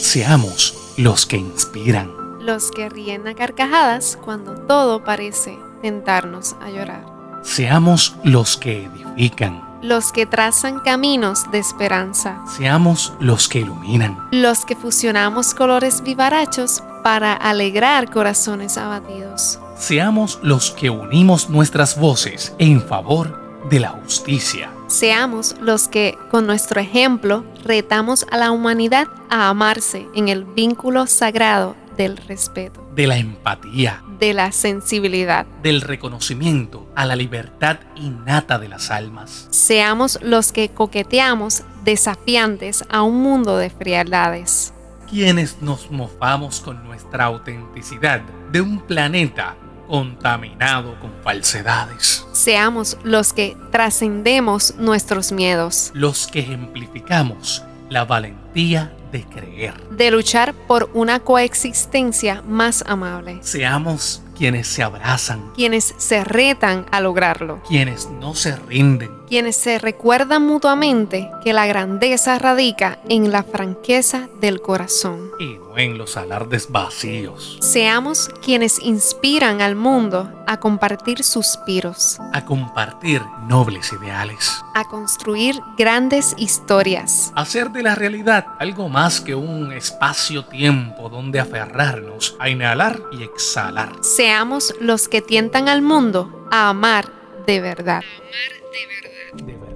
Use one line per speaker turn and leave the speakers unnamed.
Seamos los que inspiran.
Los que ríen a carcajadas cuando todo parece tentarnos a llorar.
Seamos los que edifican.
Los que trazan caminos de esperanza.
Seamos los que iluminan.
Los que fusionamos colores vivarachos para alegrar corazones abatidos.
Seamos los que unimos nuestras voces en favor de la justicia.
Seamos los que, con nuestro ejemplo, retamos a la humanidad a amarse en el vínculo sagrado del respeto,
de la empatía,
de la sensibilidad.
del reconocimiento a la libertad innata de las almas.
Seamos los que coqueteamos desafiantes a un mundo de frialdades.
Quienes nos mofamos con nuestra autenticidad de un planeta contaminado con falsedades.
Seamos los que trascendemos nuestros miedos,
Los que ejemplificamos la valentía de creer.
de luchar por una coexistencia más amable.
Seamos quienes se abrazan,
Quienes se retan a lograrlo,
quienes no se rinden,
quienes se recuerdan mutuamente que la grandeza radica en la franqueza del corazón.
y no en los alardes vacíos,
Seamos quienes inspiran al mundo a compartir suspiros,
a compartir nobles ideales,
a construir grandes historias,
hacer de la realidad algo más que un espacio-tiempo donde aferrarnos a inhalar y exhalar.
Seamos los que tientan al mundo a amar de verdad.
De verdad.